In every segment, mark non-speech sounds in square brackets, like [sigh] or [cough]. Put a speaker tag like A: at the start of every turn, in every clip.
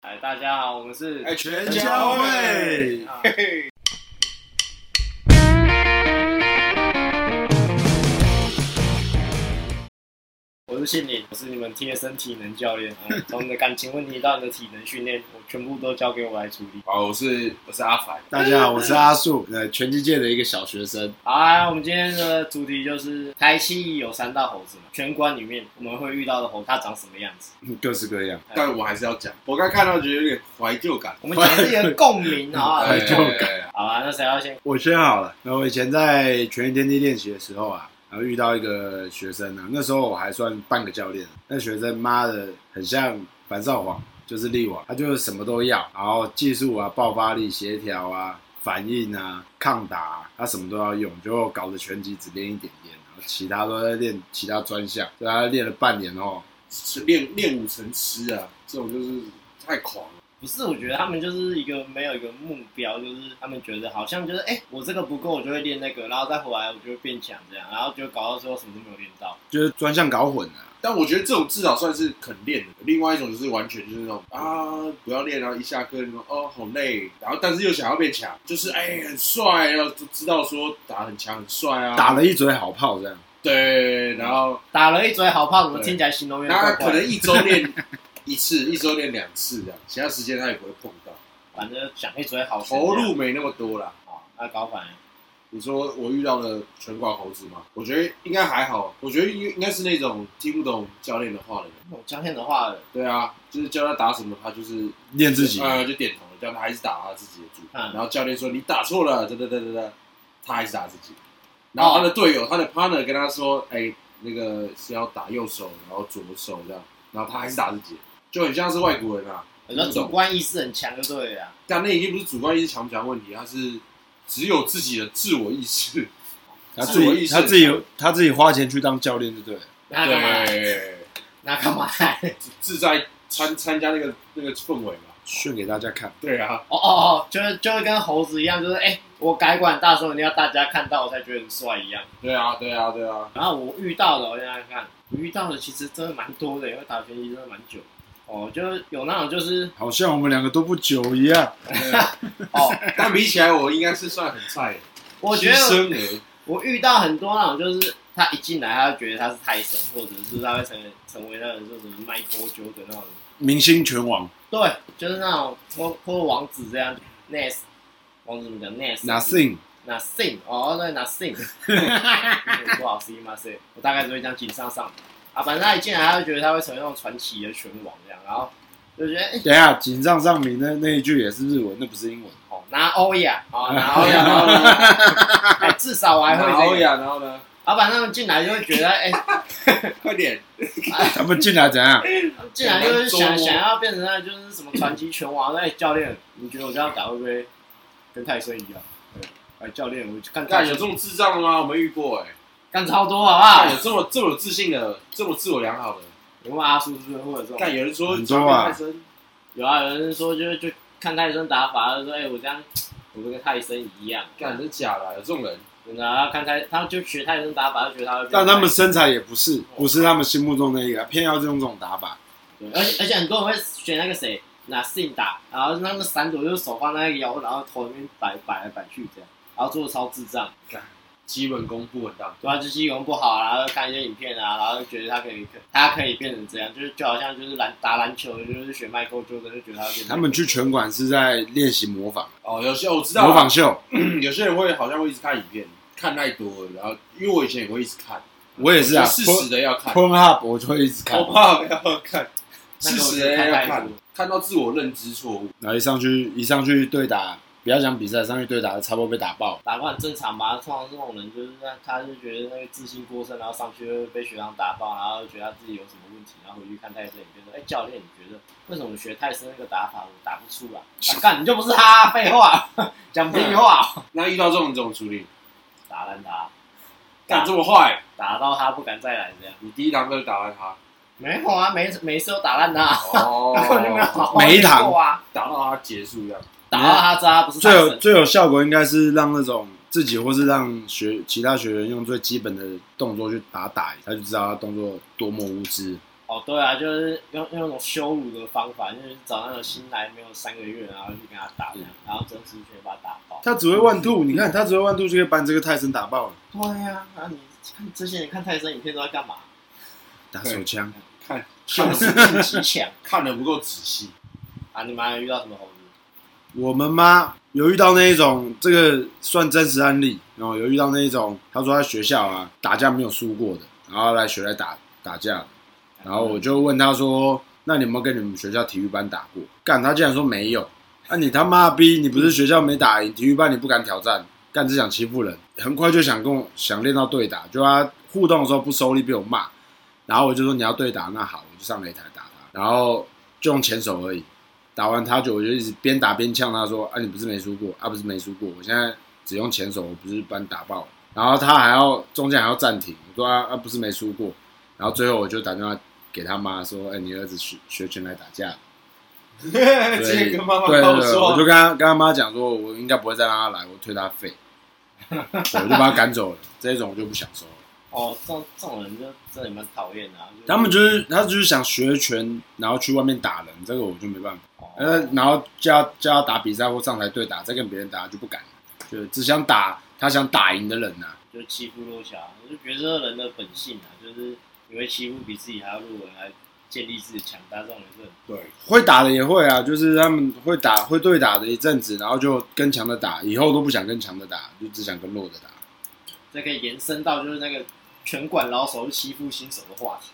A: 哎，大家好，我们是
B: 哎，全
C: 家
B: 家
C: 会
B: 会，
A: 啊我是信林，我是你们贴身体能教练。嗯 [laughs] 从你的感情问题到你的体能训练，我全部都交给我来处理。
B: 好，我是我是阿凡，
C: 大家好，我是阿树，呃，拳击界的一个小学生。
A: 好啊，我们今天的主题就是台西有三大猴子嘛，全关里面我们会遇到的猴，它长什么样子？
C: 各式各样，
B: 但我还是要讲，我刚看到觉得有点怀旧感，
A: 我们讲的是一个共鸣
B: [laughs] 哎
A: 啊。
C: 怀旧感
B: 感。
A: 好啊，那谁要先？
C: 我先好了。那我以前在拳击天地练习的时候啊，然后遇到一个学生啊，那时候我还算半个教练，那学生妈的很像樊少皇，就是力王，他就是什么都要，然后技术啊、爆发力、协调啊、反应啊、抗打、啊，他什么都要用，就搞得拳击只练一点点，然后其他都在练其他专项，所以他练了半年哦，
B: 吃练练武成痴啊，这种就是太狂了。
A: 不是，我觉得他们就是一个没有一个目标，就是他们觉得好像就是哎、我这个不够，我就会练那个，然后再回来我就会变强这样，然后就搞到最后什么都没有练到。
C: 就是专项搞混了、
B: 但我觉得这种至少算是肯练的，另外一种就是完全就是那种啊不要练，然后一下课就说哦好累，然后但是又想要变强，就是哎很帅，要知道说打很强很帅啊，
C: 打了一嘴好炮这样。
B: 对，然后
A: 打了一嘴好炮，怎么
B: 对
A: 听起来形容有点
B: 他
A: 怪
B: 可
A: 怪
B: 能
A: 的？
B: 一周
A: [laughs]
B: 练一次，一周练两次这样，其他时间他也不会碰到，
A: 反正讲一嘴好拳
B: 投
A: 这样
B: 入没那么多啦。
A: 好，那搞反了。
B: 你说我遇到了全挂猴子吗？我觉得应该还好，我觉得应应该是那种听不懂教练的话的人。
A: 那种教练哦的话，
B: 对啊，就是教他打什么，他就是
C: 练自己
B: 呃，就点头了，叫他还是打他自己的主。
A: 嗯
B: 然后教练说你打错了，哒哒哒哒哒，他还是打自己。然后他的队友，他的 partner 跟他说，哎、那个是要打右手，然后左手这样，然后他还是打自己，就很像是外国人啊。
A: 你说主观意识很强就对了啊。
B: 但那已经不是主观意识强不强问题，他是只有自己的自我意识。
C: 他自
B: 自我意
C: 己
B: 识
C: 他自己有他自己花钱去当教练就对了。
A: 那干嘛来？
B: 对。
A: 那干嘛 [laughs] 来？
B: 自在参参加那个那个氛围嘛。
C: 炫给大家看，
B: 对啊，
A: 哦哦哦，就是就会跟猴子一样，就是哎、我改管大的时候一定要大家看到我才觉得很帅一样。
B: 对啊，对啊，对 [laughs] 啊。
A: 然后我遇到的，我现在看，我遇到的其实真的蛮多的，因为打拳击真的蛮久。哦，就是有那种就是
C: 好像我们两个都不久一样。
A: 哦，
B: 但比起来，我应该是算很菜的。
A: 我觉得
B: 新生儿
A: 我遇到很多那种，就是他一进来，他就觉得他是泰神，或者是他会成为成为那种就是迈波久的那种人，
C: 明星拳王
A: 对，就是那种或或王子这样，Nas，王子怎么讲？Nas，Nothing，
C: Nothing，
A: 哦，对，Nothing，嗯不好意思嘛，是，我大概只会讲锦上上啊，反正他一进来，他就觉得他会成为那种传奇的拳王这样，然后就觉得，哎、
C: 等一下锦上上明那那一句也是日文，那不是英文。
A: 哦，拿欧呀，哦，拿
B: 然后
A: 欧
B: [laughs] 呀，然
A: 呀，
B: 后呢？
A: 哎至少我还
B: 然后
A: 会这个。
B: 呀，然后呢？
A: 老板他们进来就会觉得，哎、
B: 快点！
C: 他们进来怎
B: [laughs]
C: 样？
A: 竟然就是想
B: 哦
A: 想要变成那就是什么传奇拳王，哎，教练，你觉得我这样打会不会跟泰森一样？哎，教练，我干
B: 看
A: 干
B: 有这种智障的吗？我没遇过哎。
A: 干超多好不
B: 干
A: 好？
B: 有这么这么有自信的，这么自我良好的。
A: 你问阿叔是不是会有这种？
B: 干有人说
C: 很多啊
B: 长得太深
A: 有啊，有人说就是就看泰森打法，就说哎，我这样我会跟泰森一样。
B: 干真假的啊，有这种人。
A: 真的啊，看泰他就学泰森打法，就觉得他会变
C: 但他们身材也不是，不是他们心目中那一个，偏要用这种打法。
A: 对，而且而且很多人会选那个谁拿 sin 打，然后那个闪躲就是手放在那个腰，然后头那边摆摆来摆去这样，然后做的超智障。
B: 基本功不稳当，
A: 对啊，就基本功不好，然后看一些影片啊，然后就觉得他可以，他可以变成这样，就是就好像就是篮打篮球，就是学 Michael Jordan，就觉得他会变成。
C: 他们去拳馆是在练习模仿，
B: 哦，有些我知道
C: 模
B: 啊，
C: 仿秀。
B: 有些人会好像会一直看影片，看太多了，然后因为我以前也会一直看，
C: 我也是啊
B: 就适时的要看，
C: p o n h u b 我就会一直看
B: 我，怕不要
C: [laughs]
B: 看，事实的
A: 那
C: 哎
A: 个我觉得
B: 要
A: 太太
B: 看
A: 多，
B: 看到自我认知错误。
C: 然后一上去一上去对打，不要讲比赛，上去对打差不多被打爆。
A: 打不很正常吧？通常这种人就是他，他就觉得那个自信过剩，然后上去就会被学长打爆，然后觉得他自己有什么问题，然后回去看泰森影片说：“哎、教练，你觉得哎为什么学泰森那个打法我打不出来？”啊干、你就不是他，废话，讲屁话，
B: 那遇到这种这种处
C: 啊
B: 理，
A: 打烂他，
B: 干这么坏，
A: 打到他不敢再来这样。
B: 你第一堂课就打烂他，
A: 没有啊，每一次每一次都打烂他，然后就没有好
B: 哦，
A: 好
C: 每一
A: 练
C: 堂
A: 过啊。
B: 打到他结束
C: [laughs]
B: 一样。
A: 打到他渣不是
C: 最
A: 泰
C: 有
A: 森，
C: 最有效果应该是让那种自己或是让学其他学员用最基本的动作去把他打，他就知道他动作多么无知。
A: 哦，对啊，就是用用那种羞辱的方法，就是找那种新来没有三个月，然后去跟他打这样，然后真实拳把他打爆。
C: 他只会 one two，你看他只会 one two 就可以把你这个泰森打爆了，
A: 对呀、啊，然后你看这些人看泰森影片都在干
C: [laughs]
A: 嘛？
C: 打手枪。
B: 看
A: 秀
B: 看
A: 的
B: 的
A: 是极强
B: 看的不够仔细，
A: 啊！你们还有遇到什么猴子？
C: 我们妈有遇到那一种，这个算真实案例，然后有遇到那一种，他说他学校啊打架没有输过的，然后来学来打打架，然后我就问他说，那你有没有跟你们学校体育班打过？干，他竟然说没有，啊你他妈逼，你不是学校没打赢，体育班你不敢挑战，干只想欺负人，很快就想跟我想练到对打，就他互动的时候不收力被我骂，然后我就说你要对打，那好，我就上擂台打他，然后就用前手而已。打完他就我就一直边打边呛他说：“啊，你不是没输过啊，不是没输过，我现在只用前手，我不是把你打爆。”然后他还要中间还要暂停，我说啊啊不是没输过，然后最后我就打电话给他妈说：“哎、你儿子学学拳来打架。对”
B: [laughs] 直接跟妈妈
C: 对
B: 告
C: 对对，我
B: 状
C: 就，跟他跟他妈讲说，我应该不会再让他来，我退他
B: [laughs]
C: 费，对我就把他赶走了。这种我就不想收了。
A: 哦，这种这种人就真的蛮讨厌的、啊。就是
C: 他们就是他就是想学拳，然后去外面打人，这个我就没办法。
A: 哦
C: 呃，然后叫他叫他打比赛或上台对打，再跟别人打就不敢了，就只想打他想打赢的人呐、啊
A: 就欺负弱小，我就觉得这个人的本性啊，就是你会欺负比自己还要弱的人，来建立自己的强大，这种人是很
B: 对，
C: 会打的也会啊，就是他们会打会对打的一阵子，然后就跟强的打，以后都不想跟强的打，就只想跟弱的打。
A: 这可以延伸到就是那个拳馆老手欺负新手的话题，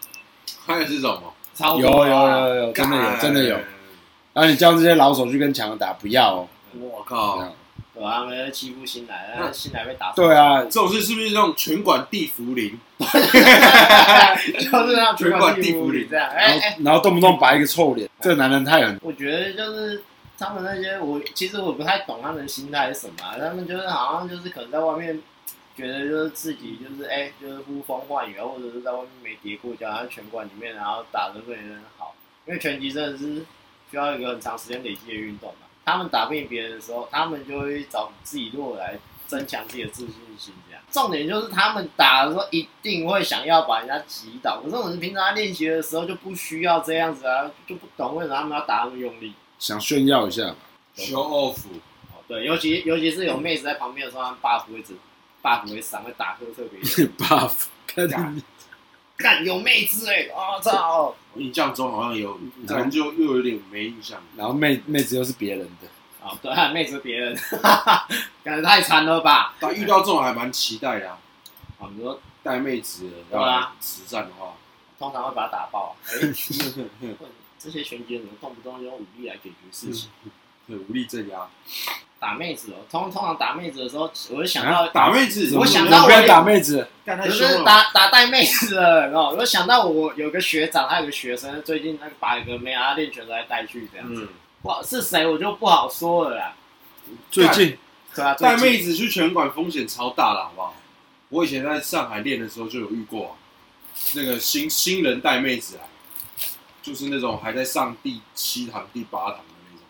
B: 还有这种哦，
A: 超
C: 有
A: 多
C: 有
A: 啊
C: 有有，真的有真的有。
B: 干
C: 然后你叫这些老手去跟强的打，不要哦。
B: 我
C: 这
B: 靠
C: 样，
A: 对啊，他们在欺负新来，那新来被打死，
C: 对啊
B: 这，种事是不是那种拳馆地茯苓？
A: [laughs] 就是让拳馆地府里这样，哎
C: [laughs] 然
A: 哎，
C: 后然后动不动摆一个臭脸，这个男人太狠。
A: 我觉得就是他们那些，我其实我不太懂他们的心态是什么啊、他们就是好像就是可能在外面觉得就是自己就是哎、就是呼风唤雨啊，或者是在外面没跌过跤，然后拳馆里面然后打得跟人好，因为拳击真的是需要一个很长时间累积的运动嘛。他们打不赢别人的时候，他们就会找自己弱来增强自己的自信心。这样，重点就是他们打的时候一定会想要把人家击倒。可是我们平常在练习的时候就不需要这样子啊，就不懂为什么他们要打那么用力。
C: 想炫耀一下吧，
B: show off，
A: 哦，对，尤其尤其是有妹子在旁边的时候，他们 buff 会只 buff 会闪，会打嗝特别
C: [laughs]
A: 严。
C: buff，看你
B: 干
A: 干有妹子哎、我、操！
B: 我印象中好像有，但就又有点没印象。
C: 嗯然后妹妹子又是别人的，
A: 哦，对啊，妹子别人， [laughs] 感觉太惨了吧？
B: 但遇到这种还蛮期待的啊，
A: 哦，你说
B: 带妹子
A: 对啊
B: 要实战的话，
A: 通常会把他打爆、啊，哎、这些拳击人怎么动不动就用武力来解决事情？
B: 对，无力镇压。
A: 打妹子哦，通通常打妹子的时候，我就想
C: 啊
A: 到
B: 呃打妹子，
A: 我想
C: 你
A: 到
C: 不
A: 我
C: 要打妹子，
B: 干太
A: 可
B: 凶
A: 是
B: 了吧。
A: 打打带妹子的人哦，我想到我有个学长，他有个学生，最近那个把一个妹啊练拳来带去这样子，
B: 嗯，
A: 哇，是谁我就不好说了啦。
C: 最近
A: 对啊，最
B: 带
A: 近
B: 妹子去拳馆风险超大了，好不好？我以前在上海练的时候就有遇过、啊那个新新人带妹子来，就是那种还在上第七堂、第八堂的那种，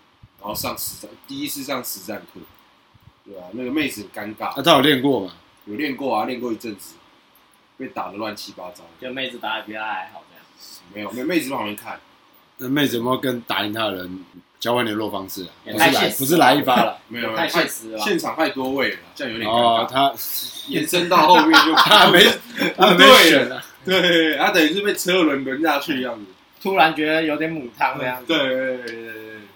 B: 然后上实战，第一次上实战课，对啊，那个妹子很尴
C: 啊，
B: 尬，
C: 他有练过嘛？
B: 有练过啊，练过一阵子，被打的乱七八糟，
A: 就妹子打得比他还好这样。
B: 没有，没有妹子在旁边看，
C: 那妹子有没有跟打赢他的人交换联络方式啊？
A: 也
C: 不
A: 太
C: 是
A: 现
C: 来
A: 实
C: 不是来一发了，
B: 没有，没有
A: 太现实了吧
B: 现场太多位了，这样有点尴尬，
C: 哦，他
B: 延伸到后面就
C: 他没他没
B: 对
C: 选啊，
B: 对，他等于是被车轮轮下去一样子。
A: 突然觉得有点母汤这样子。
B: 对对对对对，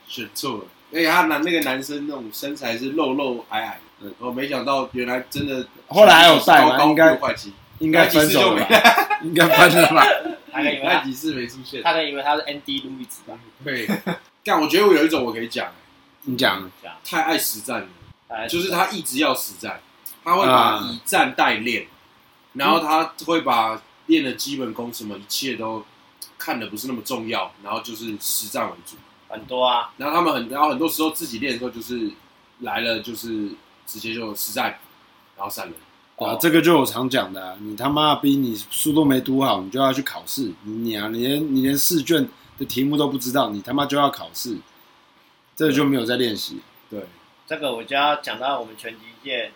B: 选错了。而且他男那个男生那种身材是肉肉矮矮的，我没想到原来真的
C: 后来还有带
B: 高
C: 吗？
B: 高
C: 应该
B: 富坏妻，
C: 应该分手了吧，应该分了吧？
A: 他可以为
B: 那
A: 他，
B: 几次没出现。
A: 他可以为他是 ND 路易斯吧？
B: 对，但我觉得我有一种我可以讲，
C: 你讲啊
A: 这样，
B: 太爱实战了，
A: 大概
B: 就是他一直要实战，他会把
C: 啊
B: 以战代练，然后他会把练的基本功什么一切都看的不是那么重要，然后就是实战为主。
A: 很多啊，
B: 然后他们很，然后很多时候自己练的时候就是来了就是直接就实战，然后散人。
C: 啊，这个就我常讲的啊，你他妈逼你书都没读好，你就要去考试，你娘，你连你连试卷的题目都不知道，你他妈就要考试，这个就没有在练习。
B: 对，
A: 这个我就要讲到我们拳击界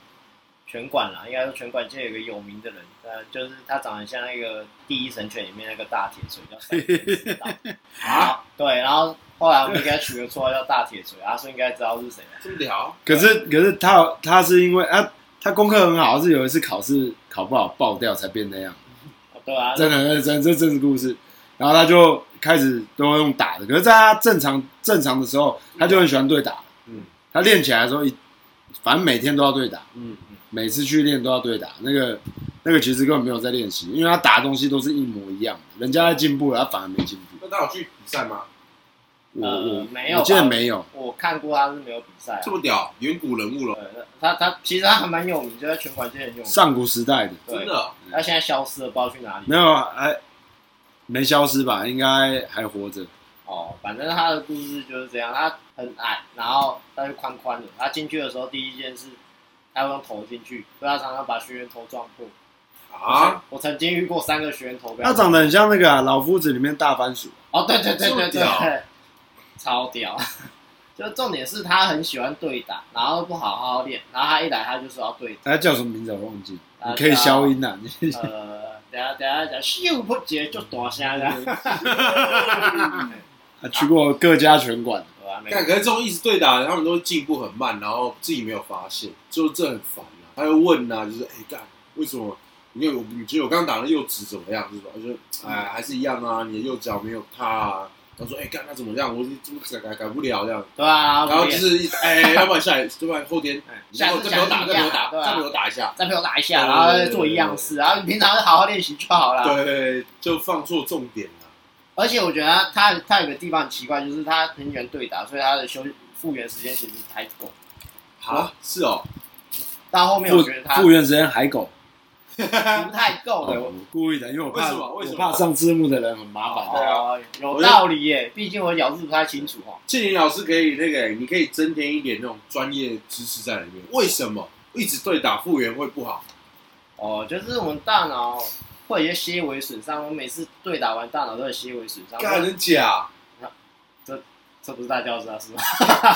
A: 拳馆啦，应该说拳馆界有个有名的人，呃，就是他长得像那个《第一神犬》里面那个大铁锤，叫三田四
C: [laughs]
A: 郎
B: 啊，
A: 对，然后后来我们给他取个绰号叫大铁锤，阿顺应该知道是谁了。
B: 这么屌，
C: 可是可是他他是因为啊，他功课很好，是有一次考试考不好爆掉才变那样，
A: 哦对啊，
C: 真的真的这真实故事。然后他就开始都用打的，可是在他正常正常的时候，他就很喜欢对打。
B: 嗯
C: 他练起来的时候，一反正每天都要对打，
B: 嗯
C: 每次去练都要对打。那个那个其实根本没有在练习，因为他打的东西都是一模一样的，人家在进步了，他反而没进步。
B: 那他有去比赛吗？
C: 我
A: 呃
C: 我
A: 没有
C: 我记得
A: 吧
C: 没有。
A: 我看过他是没有比赛啊、
B: 这么屌，远古人物了，
A: 对，他他其实他还蛮有名，就在拳馆界很有名。
C: 上古时代的
B: 真
A: 对，
B: 的，
A: 他现在消失了，不知道去哪里。
C: 没有还没消失吧？应该还活着。
A: 哦，反正他的故事就是这样，他很矮，然后他就宽宽的。他进去的时候，第一件事他要用头进去，所以他常常把学员头撞破。
B: 啊，
A: 我曾经遇过三个学员头被
C: 他长得很像那个、啊《老夫子》里面大番薯，
A: 哦，对对对对
B: 这么屌
A: 对，超屌。就重点是他很喜欢对打，然后不好好练，然后他一来他就说要对打。
C: 他叫什么名字我忘记，
A: 啊
C: 你可以消音呐、啊。你
A: 呃，等一下等一下讲，咻不接就大声啊了，
C: 他去过各家拳馆，
A: 对啊吧？没
B: 但可是这种一直对打，他们都进步很慢，然后自己没有发现，就这很烦啊。他又问啊，就是哎干、为什么？你有你觉得我刚打的右指怎么样？就是说，他就哎还是一样啊，你的右脚没有踏啊。他说哎干、那怎么样？我怎么改改改不了这样。
A: 对啊，
B: 然后
A: 不
B: 就
A: 练
B: 是一直哎，要不然下来，要不然后天，
A: 哎下
B: 然后
A: 次
B: 再陪我
A: 下次
B: 打，再陪我
A: 一样
B: 打，
A: 对啊
B: 再陪我打一下。
A: 再陪我打一下，
B: 对
A: 然后再做一样事，然后你平常就好好练习就好了。
B: 对，就放错重点了。
A: 而且我觉得他他有个地方很奇怪，就是他很喜欢对打，所以他的休复原时间其实不太够。
B: 啊，是哦，
A: 到后面我
C: 复
A: 觉得他
C: 复原时间还狗。
A: 不太够
C: 哦
A: 了。
C: 我故意的，因为我
B: 为
C: 怕
B: 什么为什
C: 我
B: 么
C: 怕上字幕的人很麻烦。
B: 对
A: 哦，有道理耶，毕竟我咬字不太清楚哦。
B: 庆林老师可以那个，你可以增添一点那种专业知识在里面。为什么一直对打复原会不好？
A: 哦，就是我们大脑会有一些些微损伤，我每次对打完大脑都有些微损伤。
B: 干人假，
A: 这不是大叫声啊，是吗？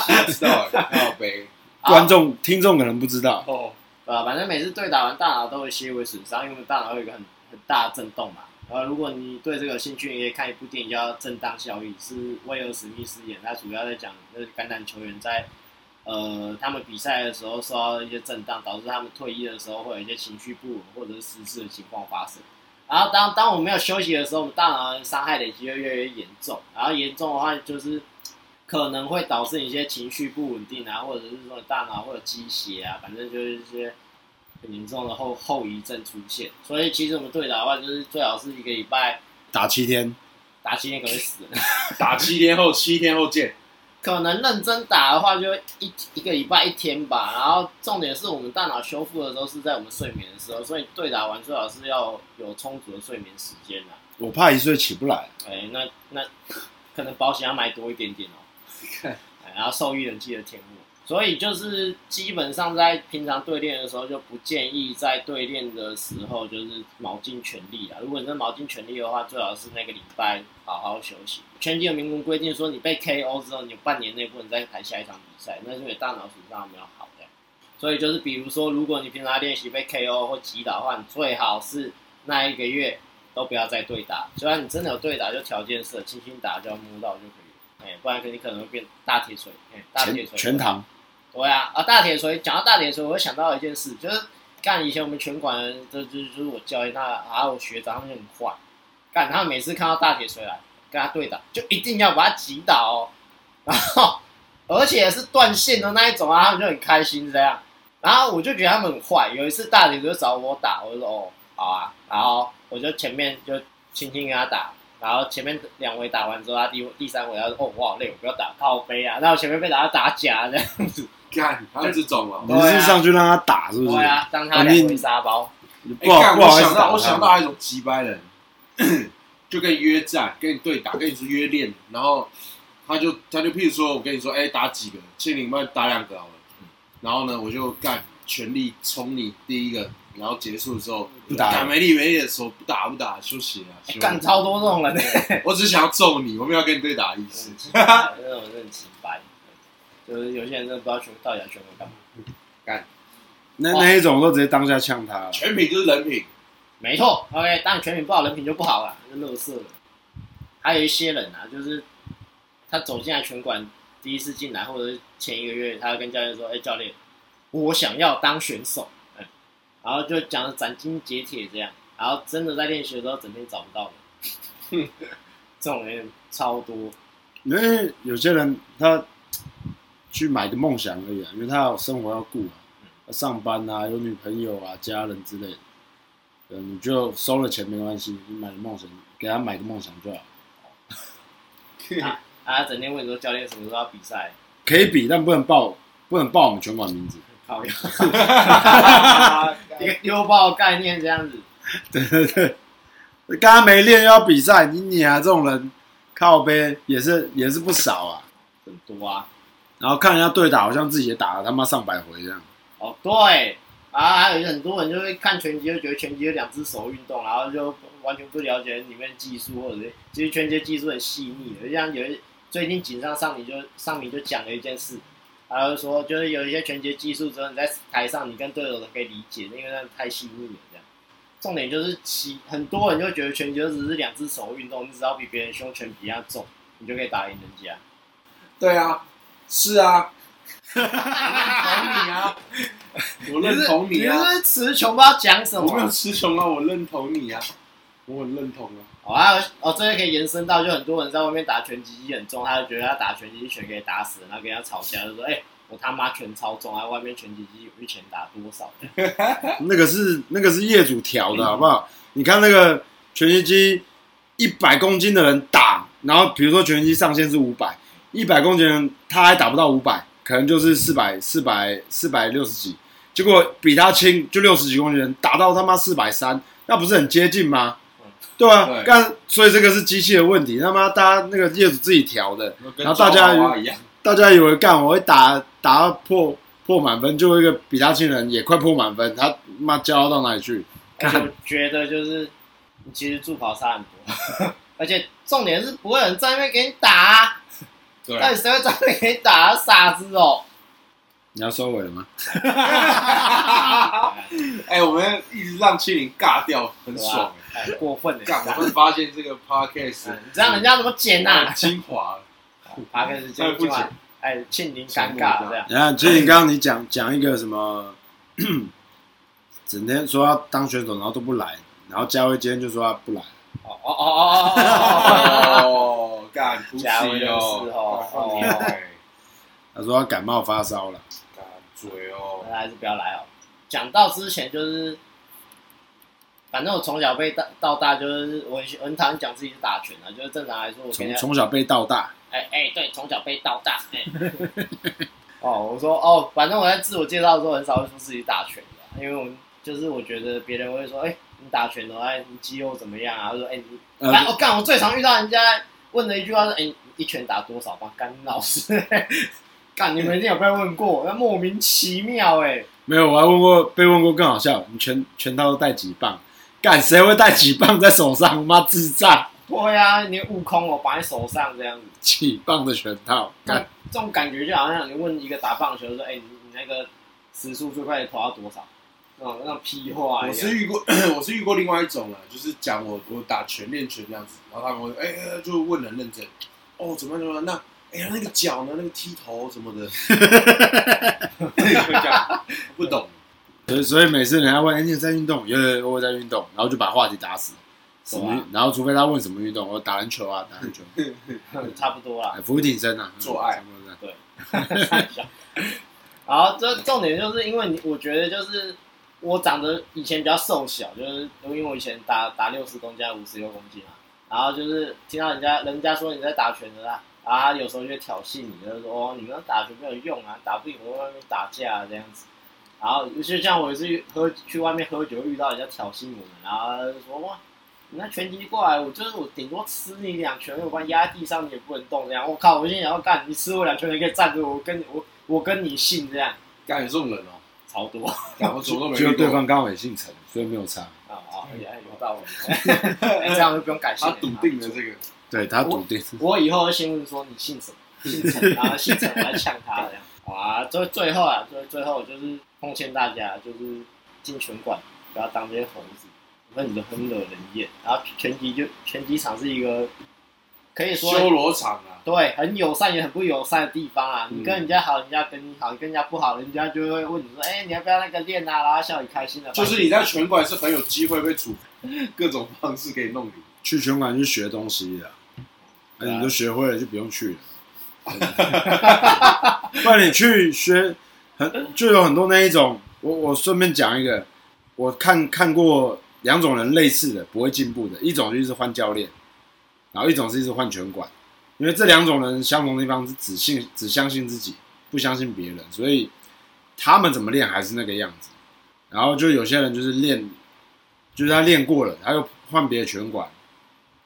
B: 谁知道哎，靠
A: [laughs]
B: 背
C: 观众、听众可能不知道，
B: 哦，
A: 呃，反正每次对打完大脑都有些微损伤，因为我们大脑有一个很很大的震动嘛。然后如果你对这个有兴趣，你可以看一部电影叫《震荡效应》，是威尔史密斯演，他主要在讲就是橄榄球员在呃他们比赛的时候受到一些震荡，导致他们退役的时候会有一些情绪不稳或者是失智的情况发生。然后当当我们没有休息的时候，我们大脑的伤害累积会越来越严重，然后严重的话就是可能会导致你一些情绪不稳定啊，或者是说你大脑会有积血啊，反正就是一些很严重的后后遗症出现。所以其实我们对打的话，就是最好是一个礼拜
C: 打七天，
A: 打七天可能会死人，
B: 打七天后，七天后见。
A: 可能认真打的话就一一个礼拜一天吧。然后重点是我们大脑修复的时候是在我们睡眠的时候，所以对打完最好是要有充足的睡眠时间啊。
C: 我怕一岁起不来。
A: 哎，那那可能保险要买多一点点哦。哎然后受益人记得填我。所以就是基本上在平常对练的时候，就不建议在对练的时候就是卯尽全力啊。如果你真的卯尽全力的话，最好是那个礼拜好好休息。拳击有明文规定说，你被 KO 之后，你有半年内不能再排下一场比赛，那是你大脑损伤还没有好的。所以就是比如说，如果你平常练习被 KO 或击倒的话，你最好是那一个月都不要再对打。虽然你真的有对打，就条件式的轻轻打，就要摸到就可以了。哎、不然你可能会变大铁锤，哎、大铁
C: 全
A: 锤，
C: 全堂
A: 对啊，啊，大铁锤，讲到大铁锤，我会想到一件事，就是干以前我们拳馆的，就就就是我教练他，啊，我学长他们就很坏，干他们每次看到大铁锤来跟他对打，就一定要把他击倒、哦，然后而且是断线的那一种啊，他们就很开心这样，然后我就觉得他们很坏，有一次大铁锤找我打，我就说哦好啊，然后我就前面就轻轻跟他打。然后前面两围打完之后，他第第三围他说：“哦，我好累，我不要打靠背啊。”那我前面被打到打假这样子，
B: 干，还有这种哦。
C: 你是上去让他打，是不是
A: 啊对？啊，当他两回沙包，
C: 你
B: 哎，
C: 不好
B: 干，
C: 不
B: 我
C: 好意思
B: 想
C: 打
B: 到，
C: 他
B: 我想到还有一种击败人， [clears throat] 就跟你约战，跟你对打，跟你说约练，然后他就他就譬如说，我跟你说，哎，打几个，庆林帮你打两个好了，然后呢，我就干全力冲你第一个，然后结束的时候
C: 不打了
B: 干没力没力的时候不打不打休息了，
A: 哎
B: 休息
A: 干超多这种人呢，
B: 我只想要揍你，我没有要跟你对打的意思。
A: 那种真的很奇葩，就是有些人真的不知道全到底要全部干嘛。
C: 那
A: 哇
C: 那一种我都直接当下呛他了。
B: 全品就是人品，
A: 没错，OK，当然全品不好，人品就不好了，就乐色了。还有一些人啊，就是他走进来拳馆第一次进来，或者是前一个月，他跟教练说：“哎、教练，我想要当选手。哎，然后就讲得斩钉截铁这样，然后真的在练习的时候，整天找不到人， [laughs] 这种人超多。
C: 因为有些人他去买个梦想而已啊，因为他有生活要顾啊，要上班啊，有女朋友啊、家人之类的。呃，你就收了钱没关系，你买个梦想，给他买个梦想就好，
A: 啊，他整天问你说教练什么时候要比赛，
C: 可以比，但不能报，不能报我们拳馆名字。 [laughs]
A: 靠呀， [laughs] 一个丢爆概念这样子。
C: 对对对，刚刚没练又要比赛，你你啊这种人，靠背也是也是不少啊。
A: 很多啊。
C: 然后看人家对打，好像自己也打了他妈上百回这样。
A: 哦，对啊，还有很多人就会看拳击，就觉得拳击有两只手运动，然后就完全不了解里面的技术，或者是其实拳击的技术很细腻的。就像有一最近井上尚弥就尚弥就讲了一件事，他就说就是有一些拳击的技术之后，你在台上你跟对手都可以理解，因为那太细腻了这样。重点就是其很多人就觉得拳击就只是两只手运动，你只要比别人胸拳比他重，你就可以打赢人家。
B: 对啊，是啊，
A: 同你啊，
B: 我认同你啊，
A: 是词穷不知道讲什么。
B: 我没有吃穷啊，我认同你啊，我很认同啊。
A: 好啊，哦，这个可以延伸到，就很多人在外面打拳击很重，他就觉得他打拳击一拳可以打死人，然后跟人家吵架，就说：“哎、我他妈拳超重，啊，外面拳击机有一拳打多少
C: 那个是那个是业主调的好不好？你看那个拳击机一百公斤的人打，然后比如说拳击机上限是五百，一百公斤的人他还打不到五百，可能就是四百四百四百六十几，结果比他轻就六十几公斤的人打到他妈四百三，那不是很接近吗
A: 嗯？
C: 对啊
B: 对，
C: 干所以这个是机器的问题，他妈大家那个业主自己调的，
B: 跟
C: 然后大家
B: 抓娃娃一样，
C: 大家以为干我会打打到破破满分，就有一个比他轻的人也快破满分，他妈骄傲到哪里去？？”
A: 而且我觉得就是，你其实助跑差很多，而且重点是不会有人在那边给你打、啊，
B: 对
A: 到底谁会在那边给你打、啊？傻子哦！
C: 你要收尾了吗？
B: 哎、我们一直让七零尬掉，很爽。欸
A: 哎，过分了，
B: 干，
A: 傻子
B: 我们发现这个 podcast
A: 哎你这样人家怎么剪呐、啊？
B: 精华，
A: 爬开始
B: 哎
A: 今
B: 不
A: 晚，哎，庆林尴尬这样。
C: 你看，其实你刚刚你讲讲一个什么，整天说要当选手，然后都不来，然后嘉威今天就说他不来，
A: 哦哦哦哦哦哦哦！
B: 哦，干，不起
A: 加威就是
B: 哦
A: 哦，哦
B: 哎
C: 他说他感冒发烧了。
B: 干嘴哦
A: 大，家还是不要来哦。讲到之前就是，反正我从小被大到大就是我很喜我很讨厌讲自己是打拳啊，就是正常来说我跟
C: 从
A: 人家
C: 从小被到大，
A: 哎哎对，从小被到大
C: [laughs]
A: 哎。哦，我说哦，反正我在自我介绍的时候很少会说自己打拳的啊、因为我们就是我觉得别人会说哎、你打拳的话，哎你肌肉怎么样啊？他说哎你，
C: 呃
A: 哎我干我最常遇到人家问的一句话是哎、你一拳打多少吧？干你老师， [laughs] 干你们一定有被问过，那莫名其妙哎、
C: 没有，我还问过被问过更好笑，你拳拳套都带几磅？干谁会带几磅在手上？妈智障，
A: 对啊，你悟空我绑在手上这样子，
C: 几磅的拳套，干
A: 这种感觉就好像你问一个打棒球说，哎、你你那个时速最快的投到多少？那种那种屁话一样。
B: 我是遇过， [clears throat] 我是遇过另外一种啊，就是讲我我打拳练拳这样子，然后他们会哎、哎就问得很认真，哦怎么样怎么样，那哎呀、那个脚呢，那个踢头什么的，会这样不懂，
C: 所以所以每次人家问，哎、你有在运动？有有有，我有在运动，然后就把话题打死。什么运？
A: 对啊
C: 然后除非他问什么运动，我打篮球啊，打篮球，
A: [laughs] 差不多啦。
C: 哎俯挺身啊，
B: 嗯做爱
C: 嗯差不多这样
A: [laughs] 好，这重点就是因为你，我觉得就是我长得以前比较瘦小，就是因为我以前打打六十公斤、啊五十六公斤嘛，然后就是听到人家人家说你在打拳的啦，啊，有时候就会挑衅你，就是说哦，你们打拳没有用啊，打不赢我在外面打架、啊、这样子。然后就像我也是喝去外面喝酒遇到人家挑衅我们，然后他就说哦哇，你那拳击过来，我就是我顶多吃你两拳，我把你压在地上你也不能动这样。我靠，我心想要干你吃我两拳，你可以站着，我跟你我我跟你姓这样，啊
B: 干有这种人哦，
A: 超多。
B: 干我什么都没
C: 只有
B: 遇
C: 对
B: 过，
C: 方刚好也姓陈，所以没有差。
A: 啊啊，也有道
B: [laughs]
A: 理，哎这样就不用感谢
B: 他
A: 你。
B: 笃定了这个，
C: 对他笃定，
A: 我以后会先问说你姓什么，姓陈，然后姓陈我来呛他这样。好啊，最最后啊，最最后就是奉劝大家就是进拳馆不要当这些猴子，那你就很惹人厌。然后拳击就拳击场是一个可以
B: 修
A: 说
B: 罗场啊，
A: 对很友善也很不友善的地方啊。你跟
B: 嗯
A: 人家好，人家跟你好；你跟人家不好，人家就会问你说：“哎、你要不要那个练啊？”然后笑你开心的。
B: 就是你在拳馆是很有机会被处各种方式给弄你。
C: 去拳馆去学东西的，那、
A: 对啊
C: 你都学会了就不用去
A: [laughs]
C: 了。不然你去学，很就有很多那一种。我我顺便讲一个，我看看过两种人类似的不会进步的，一种就是换教练，然后一种是一直换拳馆，因为这两种人相同的地方是只信只相信自己，不相信别人，所以他们怎么练还是那个样子。然后就有些人就是练，就是他练过了，他又换别的拳馆，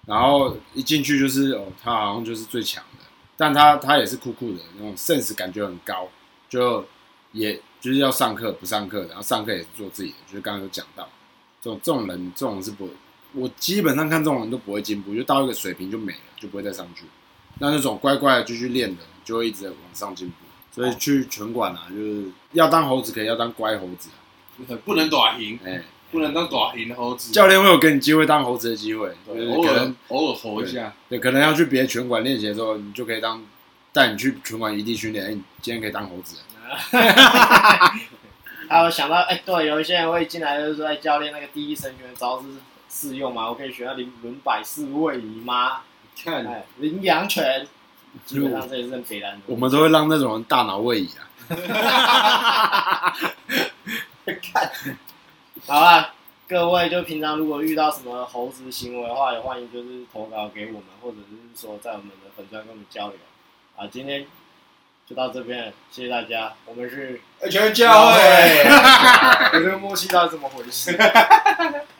C: 然后一进去就是哦，他好像就是最强的，但他他也是酷酷的那种 sense 感觉很高，就也就是要上课不上课，然后上课也是做自己的，就是刚刚有讲到，这种这种人这种人是不，我基本上看这种人都不会进步，就到一个水平就没了，就不会再上去。那那种乖乖的继续练的，就会一直往上进步。所以去拳馆啊，就是要当猴子可以，要当乖猴子啊。
B: 不能打赢，
C: 哎、
B: 不能当打赢的猴子。
C: 教练会有给你机会当猴子的机会，就
B: 对
C: 是
B: 偶
C: 可
B: 尔
C: 能
B: 偶尔吼一下，
C: 对，可能要去别的拳馆练习的时候，你就可以当带你去拳馆异地训练，哎、你今天可以当猴子。
A: 还有想到，哎、对，有一些人会进来就是说，哎、教练那个第一神拳招式适用吗？我可以学到零轮摆式位移吗？
B: 看
A: 哎，羚羊拳，基本上这也是很北南
C: 我们都会让那种人大脑位移啊。
A: 好啦，各位就平常如果遇到什么猴子行为的话，也欢迎就是投稿给我们，或者是说在我们的粉专跟我们交流。啊，今天就到这边了，谢谢大家。我们是
B: 哎全教会。
A: 有这个默契到底怎么回事？